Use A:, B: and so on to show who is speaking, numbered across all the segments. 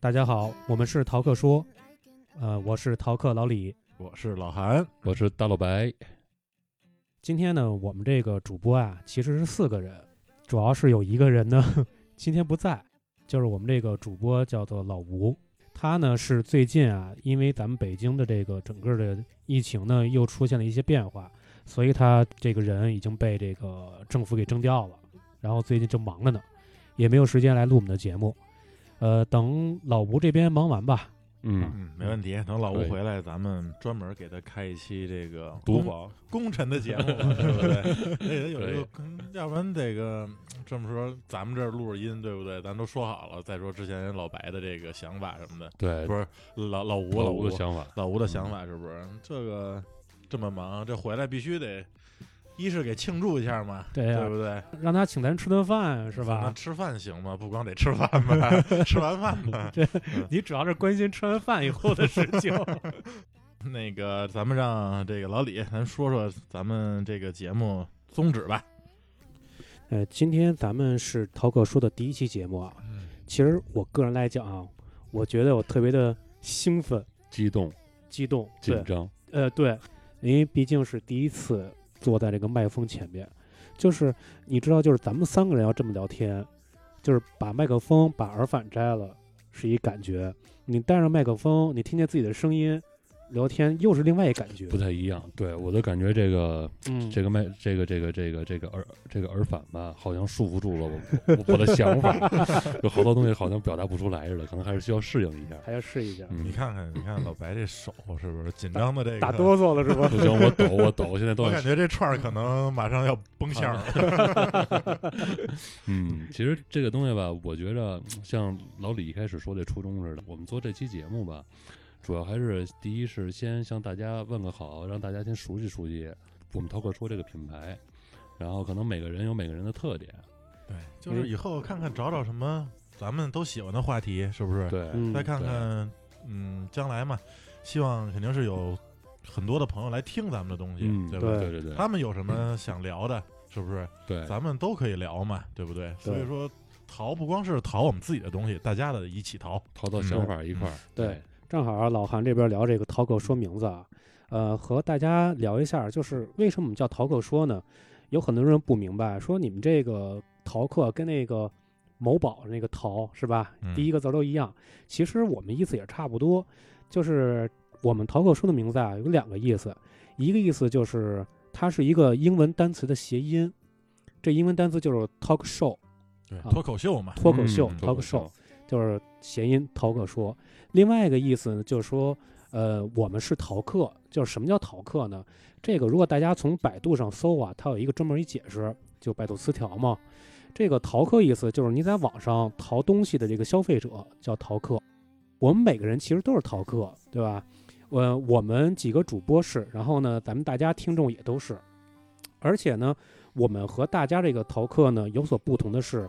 A: 大家好，我们是逃课说，呃，我是逃课老李。
B: 我是老韩，
C: 我是大老白，
A: 今天呢，我们这个主播啊，其实是四个人，主要是有一个人呢 今天不在，就是我们这个主播叫做老吴，他呢是最近啊，因为咱们北京的这个整个的疫情呢又出现了一些变化，所以他这个人已经被这个政府给征调了，然后最近正忙着呢，也没有时间来录我们的节目。呃，等老吴这边忙完吧，
C: 嗯，
B: 嗯，没问题。等老吴
C: 对
B: 回来，咱们专门给他开一期这个
C: 读
B: 公
C: 宝，
B: 功臣的节目， 对不对？得得有一个公，要不然这个这么说，咱们这儿录着音，对不对？咱都说好了。再说之前老白的这个想法什么的，
C: 对，
B: 不是老老吴，
C: 老
B: 吴
C: 的想法，嗯
B: 老吴的想法是不是这个这么忙，这回来必须得一是给庆祝一下嘛，
C: 哎
A: 对啊
B: 不对？
A: 让他请咱吃顿饭是
B: 那
A: 吧？
B: 吃饭行吗？不光得吃饭 吧，吃完饭吧。
A: 你主要是关心吃完饭以后的事情。
B: 那个，咱们让这个老李，咱说说咱们这个节目宗旨吧。
A: 呃，今天咱们是涛哥说的第一期节目啊。
C: 嗯
A: 其实我个人来讲啊，我觉得我特别的兴奋、
C: 激动、
A: 激动，
C: 紧
A: 对，
C: 张，
A: 呃，对，因为毕竟是第一次坐在这个麦克风前面，就是你知道，就是咱们三个人要这么聊天，就是把麦克风、把耳返摘了是一感觉，你带上麦克风，你听见自己的声音，聊天又是另外一感觉
C: 不。太一样。对我都感觉这个
A: 嗯，
C: 这个麦这个这个这个这个耳这个耳返吧，好像束缚住了我 我我的想法，有好多东西好像表达不出来似的，可能还是需要适应一下。
A: 还要试一下，
C: 嗯
B: 你，看看，你看老白这手是不是紧张的这个？
A: 打哆嗦了是吧？
C: 不行，我抖我抖，现在都
B: 我
C: 要
B: 感觉这串儿可能马上要崩线儿 了。
C: 嗯，其实这个东西吧，我觉着像老李一开始说这初衷似的，我们做这期节目吧，主要还是第一是先向大家问个好，让大家先熟悉熟悉我们饕客说这个品牌，然后可能每个人有每个人的特点，
B: 对，就是以后看看找找什么咱们都喜欢的话题，是不是？
C: 对，
A: 嗯
B: 再看看，嗯，将来嘛，希望肯定是有很多的朋友来听咱们的东西，
C: 嗯，
B: 对
C: 对
B: 吧？
C: 对对对
B: 他们有什么想聊的，是不是？
C: 对，
B: 咱们都可以聊嘛，对不对？所以
A: 对
B: 说，淘不光是淘我们自己的东西，大家的一起淘。
C: 淘到想法一块儿，
A: 嗯对正好老韩这边聊这个淘客说名字啊，呃，和大家聊一下，就是为什么我们叫淘客说呢？有很多人不明白，说你们这个淘客跟那个某宝那个淘是吧
B: 嗯？
A: 第一个字儿都一样，其实我们意思也差不多，就是我们淘客说的名字啊有两个意思，一个意思就是它是一个英文单词的谐音，这英文单词就是 talk show
B: 对
A: 啊
B: 脱口秀嘛，
A: 脱口秀
C: 嗯
A: talk show，就是谐音逃课说。另外一个意思呢，就是说，呃，我们是逃课，就是什么叫逃课呢？这个如果大家从百度上搜啊，它有一个专门一解释，就百度词条嘛。这个逃课意思就是你在网上淘东西的这个消费者叫逃课。我们每个人其实都是逃课，对吧？呃，我们几个主播是，然后呢，咱们大家听众也都是。而且呢，我们和大家这个逃课呢有所不同的是，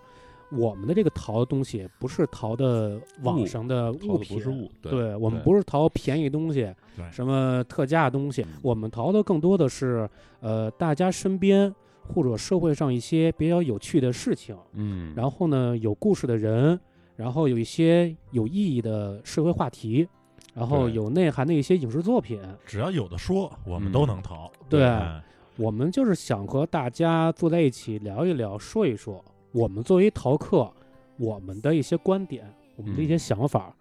A: 我们的这个淘的东西不是淘的网
C: 物
A: 上的
C: 淘
A: 物
C: 的
A: 品，
C: 不是物，对
A: 对我们
C: 对
A: 不是淘便宜东西，
B: 对
A: 什么特价的东西
C: 嗯，
A: 我们淘的更多的是呃大家身边或者社会上一些比较有趣的事情，
C: 嗯，后
A: 然后呢有故事的人，然后有一些有意义的社会话题，然后
C: 对
A: 有内涵的一些影视作品。
B: 只要有的说，我们
C: 嗯
B: 都能淘。
A: 对
B: 哎
A: 我们就是想和大家坐在一起聊一聊，说一说我们作为淘客，我们的一些观点，我们的一些想法。
B: 嗯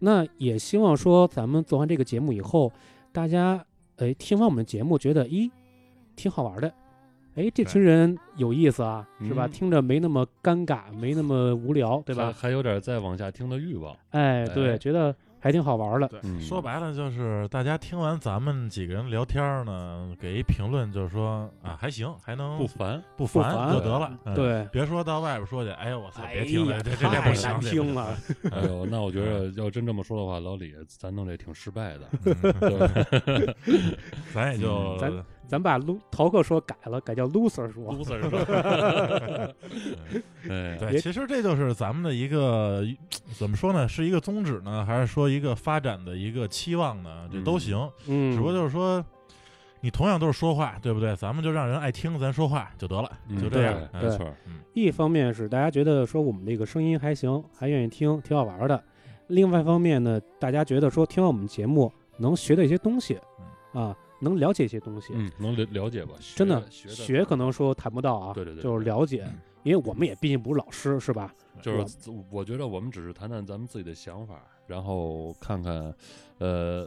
A: 那也希望说，咱们做完这个节目以后，大家哎听完我们节目，觉得咦，挺好玩的，哎，这群人有意思啊，是吧？
C: 嗯
A: 听着没那么尴尬，没那么无 聊，对吧？
C: 还有点再往下听的欲望，
A: 哎，对，
C: 哎
A: 觉得还挺好玩的。
B: 对，
C: 嗯
B: 说白了就是大家听完咱们几个人聊天儿呢，给一评论就是说啊还行，还能
C: 不烦，
B: 不
A: 不
B: 烦
A: 烦
B: 就得了。嗯，
A: 对，
B: 别说到外边说去，哎呦我操，别听
A: 哎
B: 了，
A: 呀
B: 这这这不
A: 太难
B: 行，
A: 听了。
C: 哎呦，那我觉得要真这么说的话，老李咱弄这挺失败 的，
B: 这不行。嗯
C: 对吧
B: 咱也就
A: 咱咱把 l 逃课说改了，改叫 loser 说。
C: loser 是吧哎，
B: 对，
A: 嗯别
B: 其实这就是咱们的一个怎么说呢？是一个宗旨呢，还是说一个发展的一个期望呢？这都行，
A: 嗯，
B: 只不过就是说，你同样都是说话，对不对？咱们就让人爱听咱说话就得了，
C: 嗯
B: 就这
C: 对
B: 样。
C: 没
A: 对
C: 错儿，
A: 一方面是大家觉得说我们这个声音还行，还愿意听，挺好玩儿的；另外一方面呢，大家觉得说听完我们节目能学到一些东西，啊，能了解一些东西。
C: 嗯，能了了解吧？学
A: 真的
C: 学的
A: 学可能说谈不到啊，
C: 对对对嗯
A: 就是了解，因为我们也毕竟不是老师，是吧？
C: 就是自我觉得我们只是谈谈咱们自己的想法，然后看看，呃，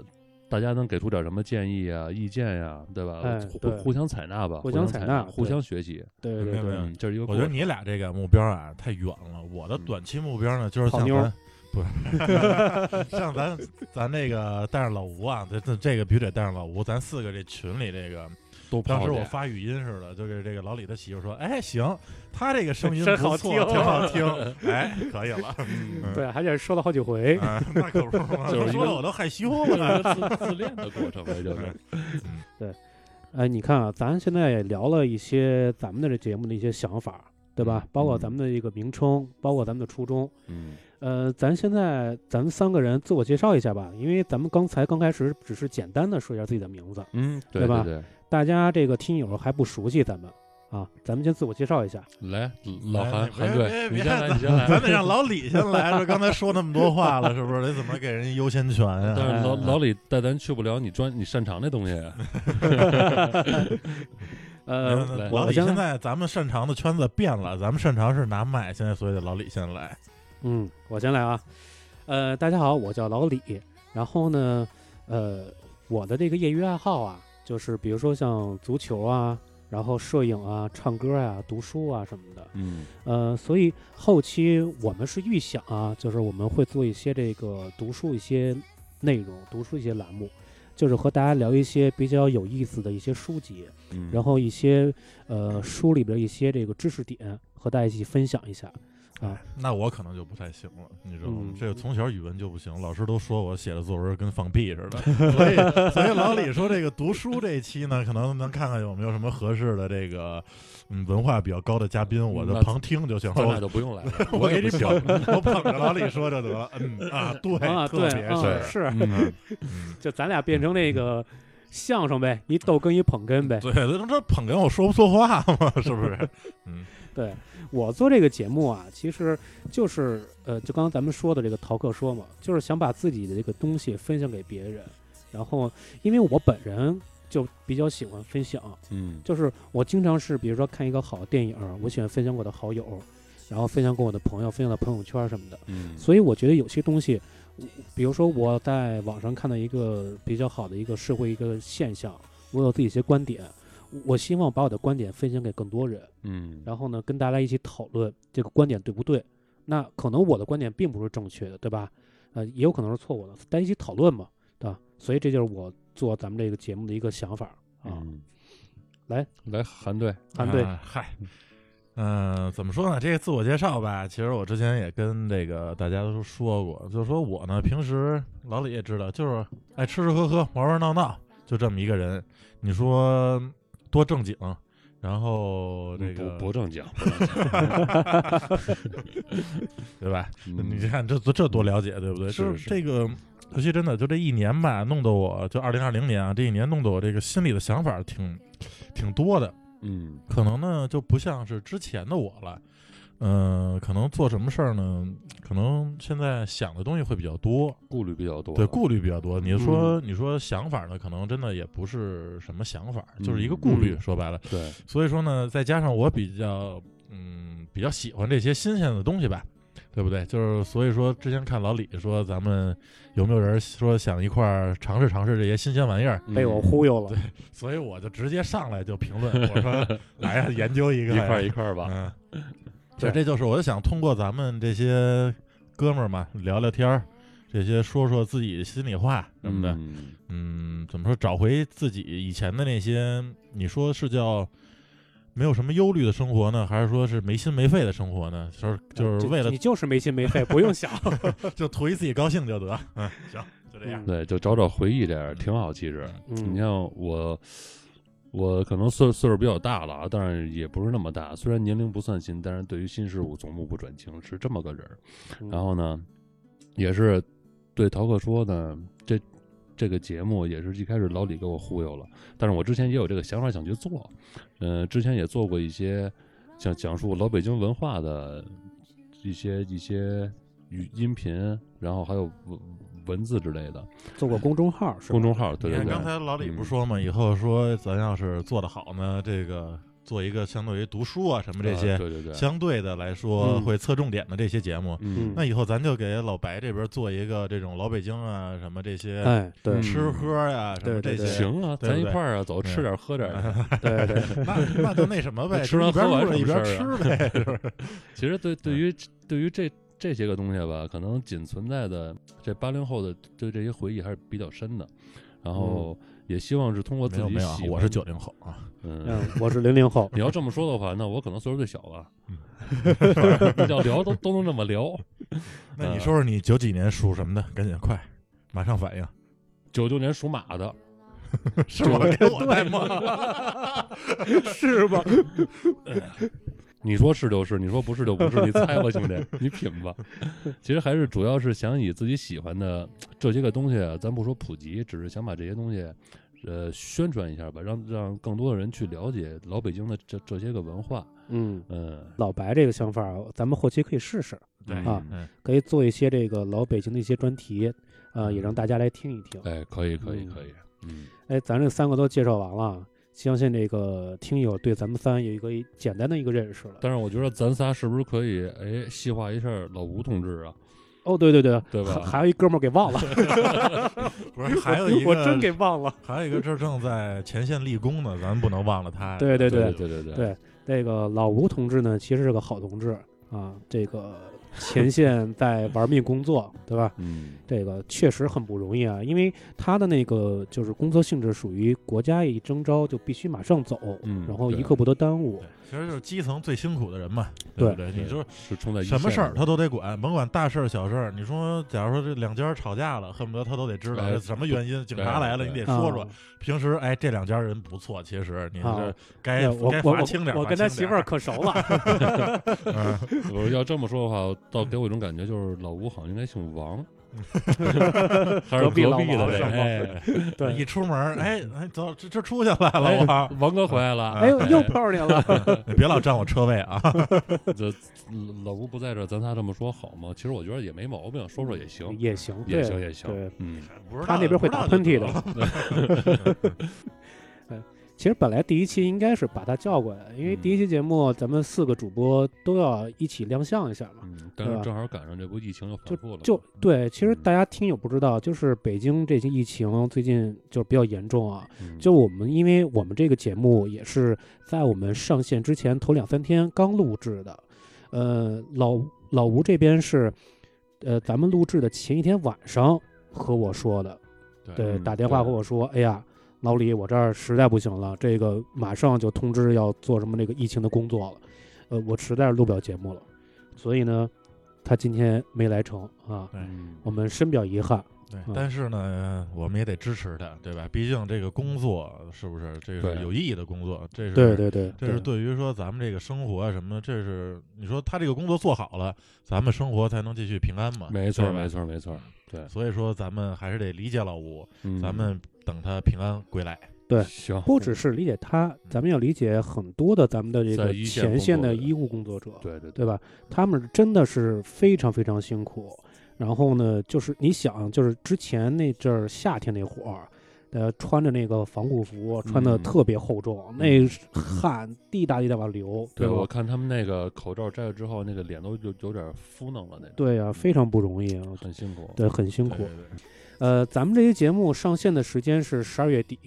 C: 大家能给出点什么建议啊、意见呀、对吧？
A: 哎
C: 互
A: 对
C: 互相采纳吧，
A: 互
C: 相
A: 相
C: 采
A: 采纳
C: 互
A: 对
C: 相学习。
A: 对
B: 没
A: 对
B: 有没
A: 对
B: 有，
C: 嗯，这是一个过
B: 我
C: 程。
B: 觉得你俩这个目标啊太远了，我的
C: 嗯
B: 短期目标呢就是
A: 泡
B: 像
A: 妞
B: 咱不是 像咱咱这个带上老吴啊，这这这个必须得带上老吴，咱四个这群里这个，
C: 多
B: 当时我
C: 泡点
B: 发语音似的，就是这个老李他媳妇说，哎行，他这个声音
A: 真
B: 不
A: 好
B: 错，
A: 听
B: 挺 好听，哎可以了，嗯
A: 对，啊还得说了好几回。
B: 啊那可不是嘛，
C: 哎就是一个
B: 说的我都害羞
C: 这
B: 了，
C: 是一个自自恋的过程呗，就是。
A: 哎，你看啊，咱现在也聊了一些咱们的这节目的一些想法，对吧？包括
C: 嗯
A: 咱们的一个名称，包括咱们的初衷。
C: 嗯，
A: 呃，咱现在咱们三个人自我介绍一下吧，因为咱们刚才刚开始只是简单的说一下自己的名字，
C: 嗯，对
A: 对吧
C: 对，
A: 大家这个听友还不熟悉咱们啊，咱们先自我介绍一下。
C: 来，老
B: 哎别
C: 韩，韩
B: 别
C: 队，你
B: 别
C: 先来，你先
B: 咱
C: 来。
B: 得让老李先来，说刚才说那么多话了，是不是？得怎么给人优先权
C: 但
B: 啊？
C: 是老
A: 哎
C: 老李带咱去不了你专你擅长的东西，
A: 呃，
B: 嗯
C: 来
A: 我
B: 老
A: 我
B: 李
A: 先
B: 现在咱们擅长的圈子变了，咱们擅长是拿麦，现在所以得老李先来。
A: 嗯，我先来啊。呃，大家好，我叫老李。然后呢，呃，我的这个业余爱好啊，就是比如说像足球啊，然后摄影啊、唱歌啊、读书啊什么的。
C: 嗯，
A: 呃，所以后期我们是预想啊，就是我们会做一些这个读书一些内容，读书一些栏目，就是和大家聊一些比较有意思的一些书籍，
C: 嗯
A: 然后一些呃书里边的一些这个知识点，和大家一起分享一下。啊
B: 那我可能就不太行了，你知道吗？
A: 嗯
B: 这个从小语文就不行，老师都说我写的作文跟放屁似的。所以，所以老李说这个读书这一期呢，可能能看看有没有什么合适的这个嗯文化比较高的嘉宾，我
C: 那
B: 就旁听就行
C: 咱俩
B: 了。
C: 就不用来了，
B: 我
C: 也
B: 给你
C: 不
B: 捧
C: 行。，
B: 我捧着老李说就得了。嗯啊，对，
A: 啊，
B: 特
A: 对
B: 别，
A: 啊
B: 是，
A: 是，
C: 嗯
B: 嗯
A: 就咱俩变成那个相声呗，一逗哏一捧哏呗。
B: 对，这这捧哏我说不错话嘛，是不是？嗯，
A: 对我做这个节目啊，其实就是呃，就刚刚咱们说的这个逃课说嘛，就是想把自己的这个东西分享给别人。然后，因为我本人就比较喜欢分享，
C: 嗯，
A: 就是我经常是比如说看一个好的电影，我喜欢分享给我的好友，然后分享给我的朋友，分享到朋友圈什么的。
C: 嗯，
A: 所以我觉得有些东西，比如说我在网上看到一个比较好的一个社会一个现象，我有自己一些观点，我希望把我的观点分享给更多人，
C: 嗯，
A: 然后呢跟大家一起讨论这个观点对不对。那可能我的观点并不是正确的，对吧？呃，也有可能是错误的，大家一起讨论嘛，对吧？所以这就是我做咱们这个节目的一个想法啊。
C: 嗯
A: 来
C: 来，韩队，
A: 韩队，
B: 啊嗨，嗯、怎么说呢？这个自我介绍吧，其实我之前也跟这个大家都说过，就是说我呢，平时老李也知道，就是爱吃吃喝喝、玩玩闹闹，就这么一个人。你说多正经，然后这个
C: 不不正经，
B: 对吧？
C: 嗯
B: 你看这这这多了解，对不对？
C: 是
B: 就是这个，尤其真的就这一年吧，弄得我就二零二零年啊，这一年弄得我这个心里的想法挺挺多的。
C: 嗯
B: 可能呢就不像是之前的我了。嗯、可能做什么事儿呢？可能现在想的东西会比较多，
C: 顾虑比较多，嗯
B: 对，顾虑比较多。你说，你说想法呢，可能真的也不是什么想法，就是一个顾虑。
C: 嗯
B: 说白了，
C: 对，
B: 所以说呢，再加上我比较，嗯，比较喜欢这些新鲜的东西吧，对不对？就是所以说，之前看老李说，咱们有没有人说想一块儿尝试尝试这些新鲜玩意儿？
A: 被我忽悠了，
B: 所以我就直接上来就评论，我说 来呀，研究一
C: 一
B: 个呀，
C: 块儿一块儿吧，
B: 嗯，
A: 对
B: 对，这就是我就想通过咱们这些哥们儿嘛，聊聊天儿，这些说说自己心里话什么的，
C: 嗯
B: 嗯怎么说，找回自己以前的那些，你说是叫没有什么忧虑的生活呢，还是说是没心没肺的生活呢？就是就是为了
A: 啊你就是没心没肺，不用 想。
B: 就图一自己高兴就得，嗯，行，就这样，
A: 嗯
C: 对，就找找回忆点儿挺好，其实。
A: 嗯
C: 你像我，我可能岁岁数比较大了啊，但是也不是那么大。虽然年龄不算新，但是对于新事物总目不转睛，是这么个人儿。
A: 嗯
C: 然后呢，也是对逃课说呢，这这个节目也是一开始老李给我忽悠了，但是我之前也有这个想法想去做，嗯、之前也做过一些讲讲述老北京文化的一些一些语音频，然后还有文文字之类的
A: 做过公众号是吧？
C: 公众号，对
B: 你看
C: 对对嗯
B: 刚，才老李不是说嘛，以后说咱要是做得好呢，这个做一个相对于读书啊什么这
C: 啊
B: 些
C: 对对对，
B: 相对的来说
A: 嗯
B: 会侧重点的这些节目，
C: 嗯
B: 那以后咱就给老白这边做一个这种老北京啊什么这些
A: 哎，对
C: 嗯
B: 吃喝呀什
A: 对
B: 么这
A: 对对
B: 些，
C: 行啊，
B: 对
C: 咱一
B: 对
C: 块儿啊，走，
B: 对
C: 吃点儿喝点 儿去。
A: 对 对，
B: 那那就那什么呗，
C: 那吃完
B: 一边
C: 喝完
B: 录着一边
C: 什么事
B: 吃
C: 儿啊
B: 呗，是不 是？
C: 其实对对
B: 嗯
C: 于对于这这些个东西吧，可能仅存在的这八零后的对这些回忆还是比较深的，然后也希望是通过自
B: 嗯没有
C: 己
B: 没有啊，
C: 喜
B: 我
C: 欢
B: 是九零后啊，
C: 嗯
A: 嗯，，我是零零 后，
C: 你要这么说的话，那我可能岁数最小吧
B: 嗯。
C: 要聊都都能这么聊，
B: 那你
C: 嗯
B: 说说你九几年属什么的？赶紧快，马上反应，
C: 九九年属马的，
B: 是我给我带懵了。
A: 是吧？
C: 你说是就是，你说不是就不是，你猜吧，兄 弟，你品吧。其实还是主要是想以自己喜欢的这些个东西啊，咱不说普及，只是想把这些东西，呃，宣传一下吧，让让更多的人去了解老北京的这这些个文化。
A: 嗯，
C: 嗯，
A: 老白这个想法，咱们后期可以试试，
B: 对
A: 啊
B: 嗯
A: 可以做一些这个老北京的一些专题，呃，
C: 嗯
A: 也让大家来听一听。
C: 哎，可以，可以，
A: 嗯
C: 可以。嗯，
A: 哎，咱这三个都介绍完了，相信这个听友对咱们三有一个简单的一个认识了。
C: 但是我觉得咱仨是不是可以哎细化一下老吴同志啊？
A: 哦，对对对，
C: 对吧
A: 还还有一哥们儿给忘了，
B: 不是还有一
A: 我真
B: 个，
A: 给忘了。
B: 还有一个这正在前线立功呢，咱们不能忘了他。
A: 对对对
C: 对对对对
A: 对那个老吴同志呢，其实是个好同志啊，这个前线在玩命工作，对吧？
C: 嗯，
A: 这个确实很不容易啊，因为他的那个就是工作性质属于国家一征召就必须马上走，
C: 嗯
A: 然后
C: 对
A: 一刻不得耽误。
B: 对，其实就是基层最辛苦的人嘛，
A: 对
B: 不对？你说
C: 是冲在一
B: 什么
C: 线
B: 事儿
C: 的
B: 他都得管，甭管大事儿小事儿。你说，假如说这两家吵架了，恨不得他都得知道
C: 哎
B: 是什么原因，警察
C: 对
B: 来了
C: 对
B: 你得
A: 啊
B: 说说。平时哎，这两家人不错，其实你
A: 啊
B: 这
A: 哎
B: 该
A: 我
B: 该
A: 我
B: 罚轻点
A: 我我
B: 儿，罚
A: 跟他
B: 轻
A: 媳
B: 点
A: 妇儿可熟了，
B: 嗯
C: 我要这么说的话，倒给我一种感觉，就是老吴好像应该 姓王，还是
A: 隔壁
C: 隔
A: 老
C: 壁的
A: 王
C: 人。
A: 是吧
C: 哎，
A: 对嗯
B: 一出门儿，哎哎，走，这这出去来 了，
C: 哎
B: 我
C: 王哥回来了。
A: 哎呦又碰上你了，
B: 你别老占我车位啊！
C: 这老吴不在这儿，咱仨这么说好吗？其实我觉得也没毛病，说说也行，
A: 也 行，
C: 也
A: 嗯对
C: 行，也行
A: 对。
C: 嗯，
B: 不知
A: 他
B: 道
A: 那边会
B: 不知
A: 打
B: 道就
A: 喷嚏
B: 得了
A: 的。嗯其实本来第一期应该是把他叫过来，因为
C: 嗯
A: 第一期节目咱们四个主播都要一起亮相一下嘛。
C: 嗯，但是正好赶上这不疫情又反复了，
A: 就对，其实
C: 嗯
A: 大家听友不知道，就是北京这些疫情最近就比较严重啊，
C: 嗯
A: 就我们，因为我们这个节目也是在我们上线之前头两三天刚录制的，呃，老老吴这边是，呃，咱们录制的前一天晚上和我说的，对，
C: 嗯
A: 打电话
C: 对
A: 和我说，哎呀，老李，我这儿实在不行了，这个马上就通知要做什么那个疫情的工作了，呃，我实在是录不了节目了，所以呢，他今天没来成啊，
C: 嗯
A: 我们深表遗憾，
B: 对
A: 嗯，
B: 但是呢，我们也得支持他，对吧？毕竟这个工作是不是这
C: 对
B: 是有意义的工作？这是
A: 对对对，
B: 这是对于说咱们这个生活啊什么的，这是你说他这个工作做好了，咱们生活才能继续平安嘛？
C: 嗯没错
B: 对吧
C: 没。错没错，对，
B: 所以说咱们还是得理解老吴，
C: 嗯
B: 咱们等他平安归来。
A: 对
C: 行，
A: 不只是理解他，咱们要理解很多的咱们的这
C: 嗯在
A: 个
C: 一线
A: 前线
C: 工作
A: 的
C: 的
A: 医务工作者，
C: 对对
A: 对吧？他们真的是非常非常辛苦。然后呢，就是你想，就是之前那阵儿夏天那会儿，呃，穿着那个防护服，穿的
C: 嗯
A: 特别厚重，那是汗滴答滴答往流，
C: 对，我
A: 吧？
C: 看他们那个口罩摘了之后，那个脸都有有点敷弄了，那种，
A: 对呀、非常不容易啊，
C: 很辛苦。
A: 对，很辛苦
B: 对。对对
A: 呃，咱们这期节目上线的时间是十二月底，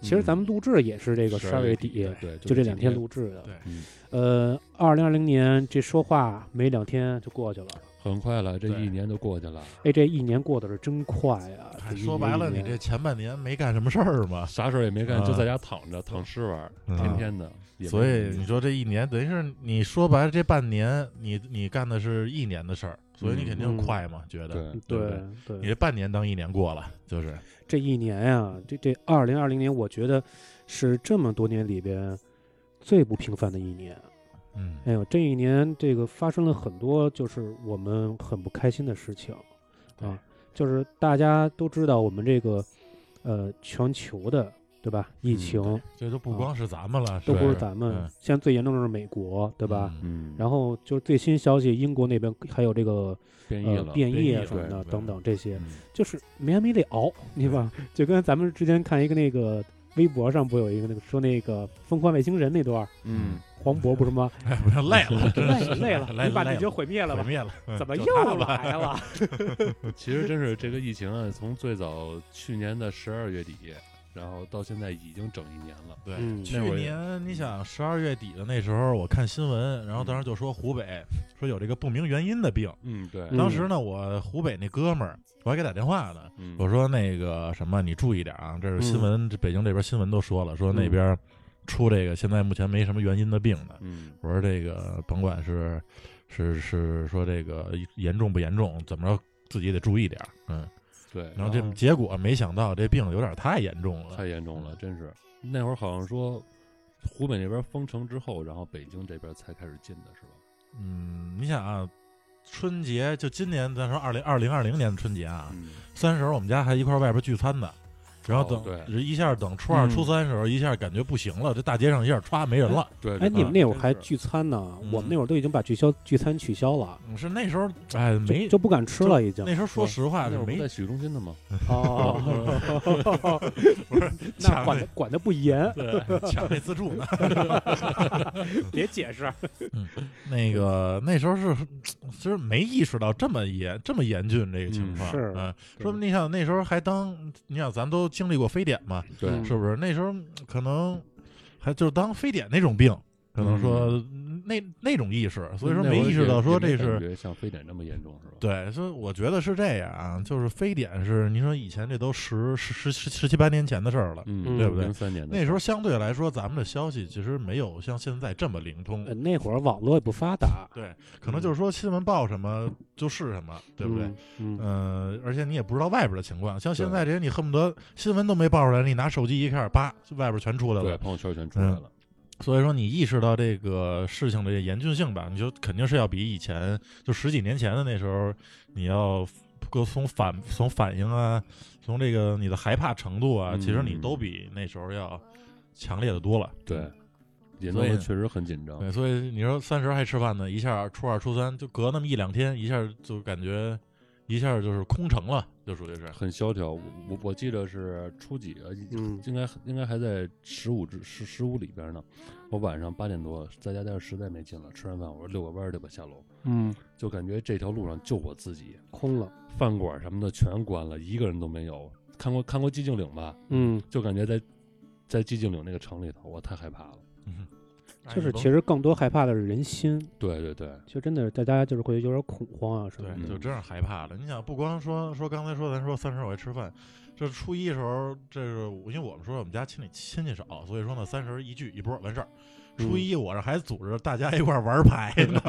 A: 其实咱们录制也是这嗯个十二
C: 月
A: 月
C: 底
A: 底，，
C: 对，
A: 就这两天
C: 录。
A: 录制的。
B: 对
C: 嗯
A: 呃，二零二零年这说话没两天就过去了，
C: 很快了，这
B: 对
C: 一年就过去了，
A: 哎，这一年过得是真快呀！这一
B: 哎说
A: 年
B: 白
A: 一
B: 了，你
A: 年
B: 这前半年没干什么事儿嘛，
C: 啥事儿也没干，
B: 啊
C: 就在家躺着躺尸玩儿，
B: 嗯
C: 天天的。也没
B: 所以你说这一年，等于是你说白了这半年，你你干的是一年的事儿，所以你
C: 嗯
B: 肯定
A: 嗯
B: 快嘛，觉得
C: 对
B: 对不
A: 对对
B: 你这半年当一年过了，就是
A: 这一年呀、这这二零二零年，我觉得是这么多年里边最不平凡的一年。
B: 嗯，
A: 哎呦，这一年这个发生了很多，就是我们很不开心的事情
B: 对
A: 啊，就是大家都知道我们这个呃全球的对吧疫
C: 嗯
A: 情，
B: 这就不
A: 啊
B: 光是咱们了，
A: 都不是
B: 是
A: 咱们
B: 嗯，
A: 现在最严重的是美国对吧？？
B: 嗯
C: 嗯，
A: 然后就是最新消息，英国那边还有这个
C: 变异
A: 呃
C: 了，
A: 变
B: 变
A: 异
B: 异了
A: 什么的
B: 对
A: 等等这些，
C: 嗯
A: 就是没完没了，对吧？就跟咱们之前看一个那个微博上不有一个那个说那个疯狂外星人那段儿，
C: 嗯，
A: 黄渤不是 吗？
B: 哎，我这 累了，真
A: 累
B: 是
A: 了累了，
B: 累
A: 你把地
B: 累
A: 球毁灭了
B: 毁
A: 吧？
B: 灭了，嗯
A: 怎么
B: 就
A: 又
B: 他了？
A: 来了？
B: 嗯
C: 其实真是这个疫情啊，从最早去年的十二月底，然后到现在已经整一年了。
B: 对，
A: 嗯
B: 去
C: 那会儿
B: 年你想十二月底的那时候，我看新闻，然后当时就说湖北说有这个不明原因的病。
C: 嗯，对，
A: 嗯
B: 当时呢，我湖北那哥们儿，我还给打电话呢，
C: 嗯，
B: 我说那个什么，你注意点啊，这是新闻，这北京这边新闻都说了，说那边出这个现在目前没什么原因的病的。
C: 嗯，
B: 我说这个甭管是是是说这个严重不严重，怎么着自己得注意点儿，嗯。
C: 对，
B: 然后这
A: 哦
B: 结果没想到这病有点太严重了，嗯
C: 太严重了，真是。那会儿好像说湖北那边封城之后，然后北京这边才开始进的是吧？
B: 嗯，你想啊，春节就今年，咱说二零二零二零年的春节啊，
C: 嗯，
B: 三十儿我们家还一块儿外边聚餐呢。然后
C: 哦
B: 等、
C: 对
B: 一下等初二、
A: 嗯
B: 初三时候，一下感觉不行了，这大街上一下歘没人了。
C: 对。
A: 哎，
C: 对
A: 你们
C: 对
A: 那会儿
C: 真
A: 还
C: 是
A: 聚餐呢，我们
B: 嗯
A: 那会儿都已经把聚消聚餐取消了，
B: 嗯是那时候哎
A: 就
B: 没
A: 就不敢吃了，已经
B: 那。时候说
C: 对
B: 实话
C: 那
B: 是
C: 会儿
B: 没
C: 不在洗浴中心的吗？
A: 哦，那
B: 抢
A: 管的管的不严，
C: 对，
B: 抢那自助 呢。
A: 别解释。
B: 那个那时候是其实没意识到这么严这么严峻这个情
C: 嗯
B: 况。
A: 是
B: 嗯，
A: 对
B: 说明你想那时候还当你想咱都经历过非典嘛，
C: 对，
A: 嗯
B: 是不是？那时候嗯可能还就当非典那种病，可能说嗯那那种意识，所以说
C: 那
B: 没
C: 会儿
B: 意识
C: 也
B: 到说
C: 也没
B: 这
C: 感
B: 是
C: 觉像非典那么严重是吧？
B: 对，所以我觉得是这样啊，就是非典是您说以前这都十十十十十七八年前的事儿了，
C: 嗯，
A: 对
B: 不对
C: 零三年的
B: 那时候相对来说咱们的消息其实没有像现在这么灵通
A: 呃，那会儿网络也不发达，
B: 对，可
C: 嗯
B: 能就是说新闻报什么就是什么，对不对？
A: 嗯？嗯，
B: 嗯，而且你也不知道外边的情况，像现
C: 对
B: 在这些你恨不得新闻都没报出来，你拿手机一看，叭，外边全出来了
C: 对。朋友圈全出来了，
B: 嗯所以说，你意识到这个事情的严峻性吧，你就肯定是要比以前就十几年前的那时候，你要各从反从反应啊，从这个你的害怕程度啊，
C: 嗯
B: 其实你都比那时候要强烈的多了。
C: 对，也弄
B: 嗯所以
C: 得确实很紧张。
B: 对，所以你说三十还吃饭呢，一下初二、初三就隔那么一两天，一下就感觉一下就是空城了，就属于是。
C: 很萧条。我我我记得是初几啊，
A: 嗯
C: 应该应该还在十五至十十五里边呢。我晚上八点多在家待着实在没劲了，吃完饭我说遛个弯儿去吧，下楼
A: 嗯，
C: 就感觉这条路上就我自己，
A: 空了，
C: 饭馆什么的全关了，一个人都没有。看过看过寂静岭吧？
A: 嗯，
C: 就感觉在在寂静岭那个城里头，我太害怕了。
A: 就是其实更多害怕的是人心，
C: 对对对，
A: 其实真的是大家就是会有点恐慌啊什么
B: 对
A: 的。，
B: 就真是害怕了。你想，不光说说刚才说咱说三十我还吃饭，这初一时候，这是我因为我们说我们家亲戚亲戚少，所以说呢三十一聚一波完事儿。
A: 嗯
B: 初一我这还组织大家一块儿玩牌 呢，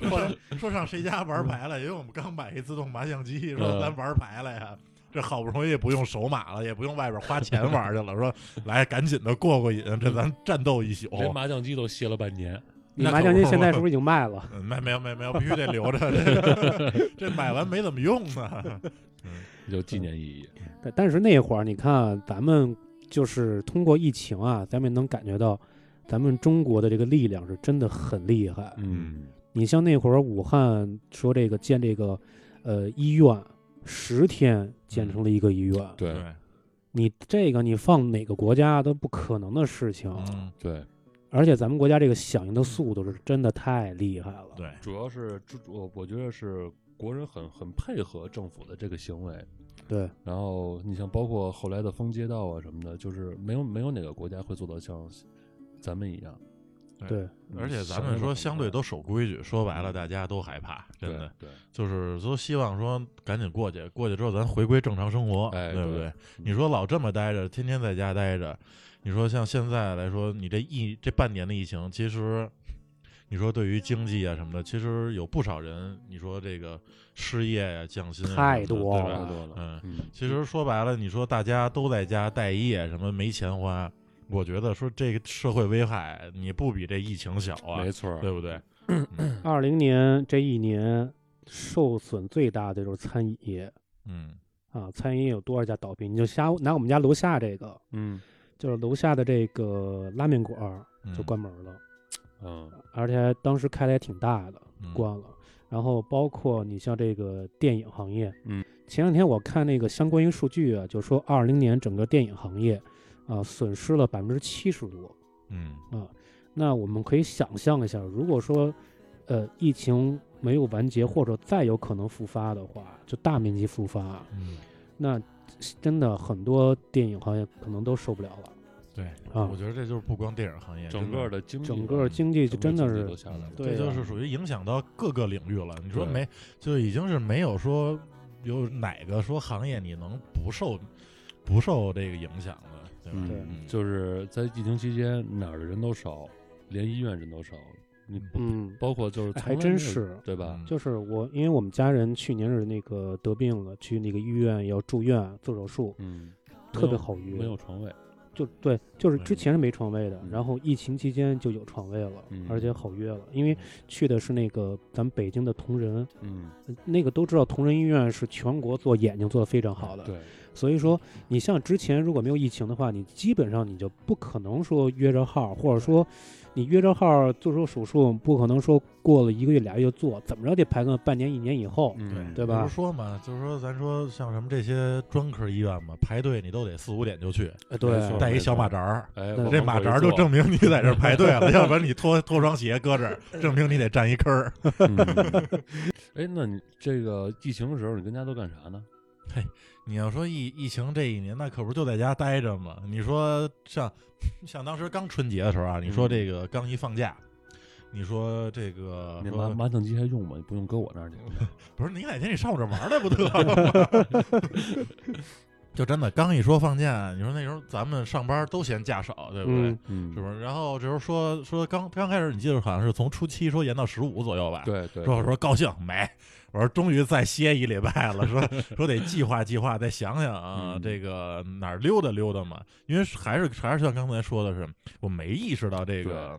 B: 说上说上谁家玩牌来，因为我们刚买一自动麻将机，说
C: 嗯
B: 咱玩牌来呀。这好不容易不用手码了，也不用外边花钱玩去了，说来赶紧的过过瘾，这咱战斗一宿。
C: 连麻将机都歇了半年。
A: 你
B: 那
A: 麻
B: 可
A: 将
B: 不
A: 机
B: 是
A: 现在
B: 我
A: 是不是已经卖了？
B: 嗯，没没有没有没有，必须得留着， 这这买完没怎么用啊呢。
C: 有纪念意义，
A: 但但是那会儿你看，啊咱们就是通过疫情啊，咱们也能感觉到，咱们中国的这个力量是真的很厉害。
C: 嗯，
A: 你像那会儿武汉说这个建这个呃医院，十天
B: 嗯
A: 建成了一个医院，
C: 对
A: 你这个你放哪个国家都不可能的事情。
B: 嗯，
C: 对，
A: 而且咱们国家这个响应的速度是真的太厉害了。
B: 对，
C: 主要是这我我觉得是国人很很配合政府的这个行为，
A: 对
C: 然后你像包括后来的封街道啊什么的，就是没有没有哪个国家会做到像咱们一样，
A: 对，
C: 嗯
B: 而且咱们说相对都守规矩，说白了大家都害怕，真
C: 对
B: 的
C: 对，
B: 就是都希望说赶紧过去，过去之后咱回归正常生活，
C: 哎
B: 对不
C: 对
B: 对？你说老这么待着，天天在家待着，你说像现在来说，你这疫这半年的疫情，其实你说对于经济啊什么的，其实有不少人，你说这个失业呀、降薪啊什么的
A: 太多
B: 对
A: 了
B: 吧
C: 太？多了，
B: 嗯。
C: 嗯，
B: 其实说白了，你说大家都在家待业，什么没钱花，我觉得说这个社会危害你不比这疫情小啊
C: 没，错儿，
B: 对不对？
A: 二零年这一年受损最大的就是餐饮业
B: 嗯，
A: 啊、啊，餐饮业有多少家倒闭，你就瞎拿我们家楼下这个，
C: 嗯
A: 就是楼下的这个拉面馆儿
B: 嗯
A: 就关门了，
C: 嗯
A: 而且当时开的也挺大的，
B: 嗯
A: 关了。然后包括你像这个电影行业，
C: 嗯，
A: 前两天我看那个相关于数据啊，就说二零年整个电影行业啊、损失了百分之七十多。
B: 嗯
A: 那我们可以想象一下，如果说呃疫情没有完结，或者再有可能复发的话，就大面积复发，
B: 嗯，
A: 那真的很多电影行业可能都受不了了。
B: 对
A: 啊
B: 我，觉得这就是不光电影行业，嗯
C: 整个的经济啊
A: 整个经济就真的是
C: 都下来了，
A: 对
B: 这就
A: 啊
B: 是属于影响到各个领域了。你说
C: 对
B: 没，就已经是没有说有哪个说行业你能不受不受这个影响的，对吧？
A: 对
C: 嗯，就是在疫情期间哪儿的人都少，连医院人都少，你不
A: 嗯，
C: 包括就是
A: 哎
C: 从来
A: 还真
C: 没有
A: 是
C: 对
B: 嗯
C: 吧？
A: 就是我，因为我们家人去年是那个得病了，去那个医院要住院做手术，
C: 嗯，
A: 特
C: 没
A: 别
C: 有
A: 好约
C: 没有床位，
A: 就对，就是
B: 嗯
A: 之前是没床位的，
C: 嗯
A: 然后疫情期间就有床位了，
C: 嗯
A: 而且好约了，因为去的是那个咱们北京的同仁，
C: 嗯，
A: 呃那个都知道同仁医院是全国做眼睛做的非常好的，
C: 对，
A: 所以说你像之前如果没有疫情的话，你基本上你就不可能说约着号，或者说你约着号做手手术，不可能说过了一个月俩月就做，怎么着得排个半年一年以后，
C: 嗯
A: 对
B: 不
A: 吧
B: 是说嘛，就是说咱说像什么这些专科医院嘛，排队你都得四五点就去，
A: 呃
C: 没
A: 对
C: 错
B: 带一小马扎儿。
C: 哎，
A: 那
C: 往
B: 这
C: 门
B: 马
C: 口一
B: 扎儿就
C: 坐
B: 证明你在这儿排队 了，要不然你脱脱双鞋搁这儿，证明你得占一坑儿。
C: 嗯 哎，那你这个疫情的时候，你跟家都干啥呢？
B: 你要说疫疫情这一年，那可不是就在家待着吗？你说像像当时刚春节的时候啊，你说这个刚一放假，你说这个
C: 那麻
B: 说
C: 麻将机还用吗？不用搁我那儿去。
B: 不是你哪天你上我这玩儿来不得了吗？就真的刚一说放假，你说那时候咱们上班都嫌假少，对不对？
A: 嗯
C: 嗯
B: 是不是？然后这时候说说刚刚开始，你记得好像是从初七说延到十五左右吧？
C: 对对，
B: 说我说高兴没？我说终于再歇一礼拜了， 说说得计划计划，再想想啊，
C: 嗯
B: 这个哪儿溜达溜达嘛。因为还是还是像刚才说的是，我没意识到这个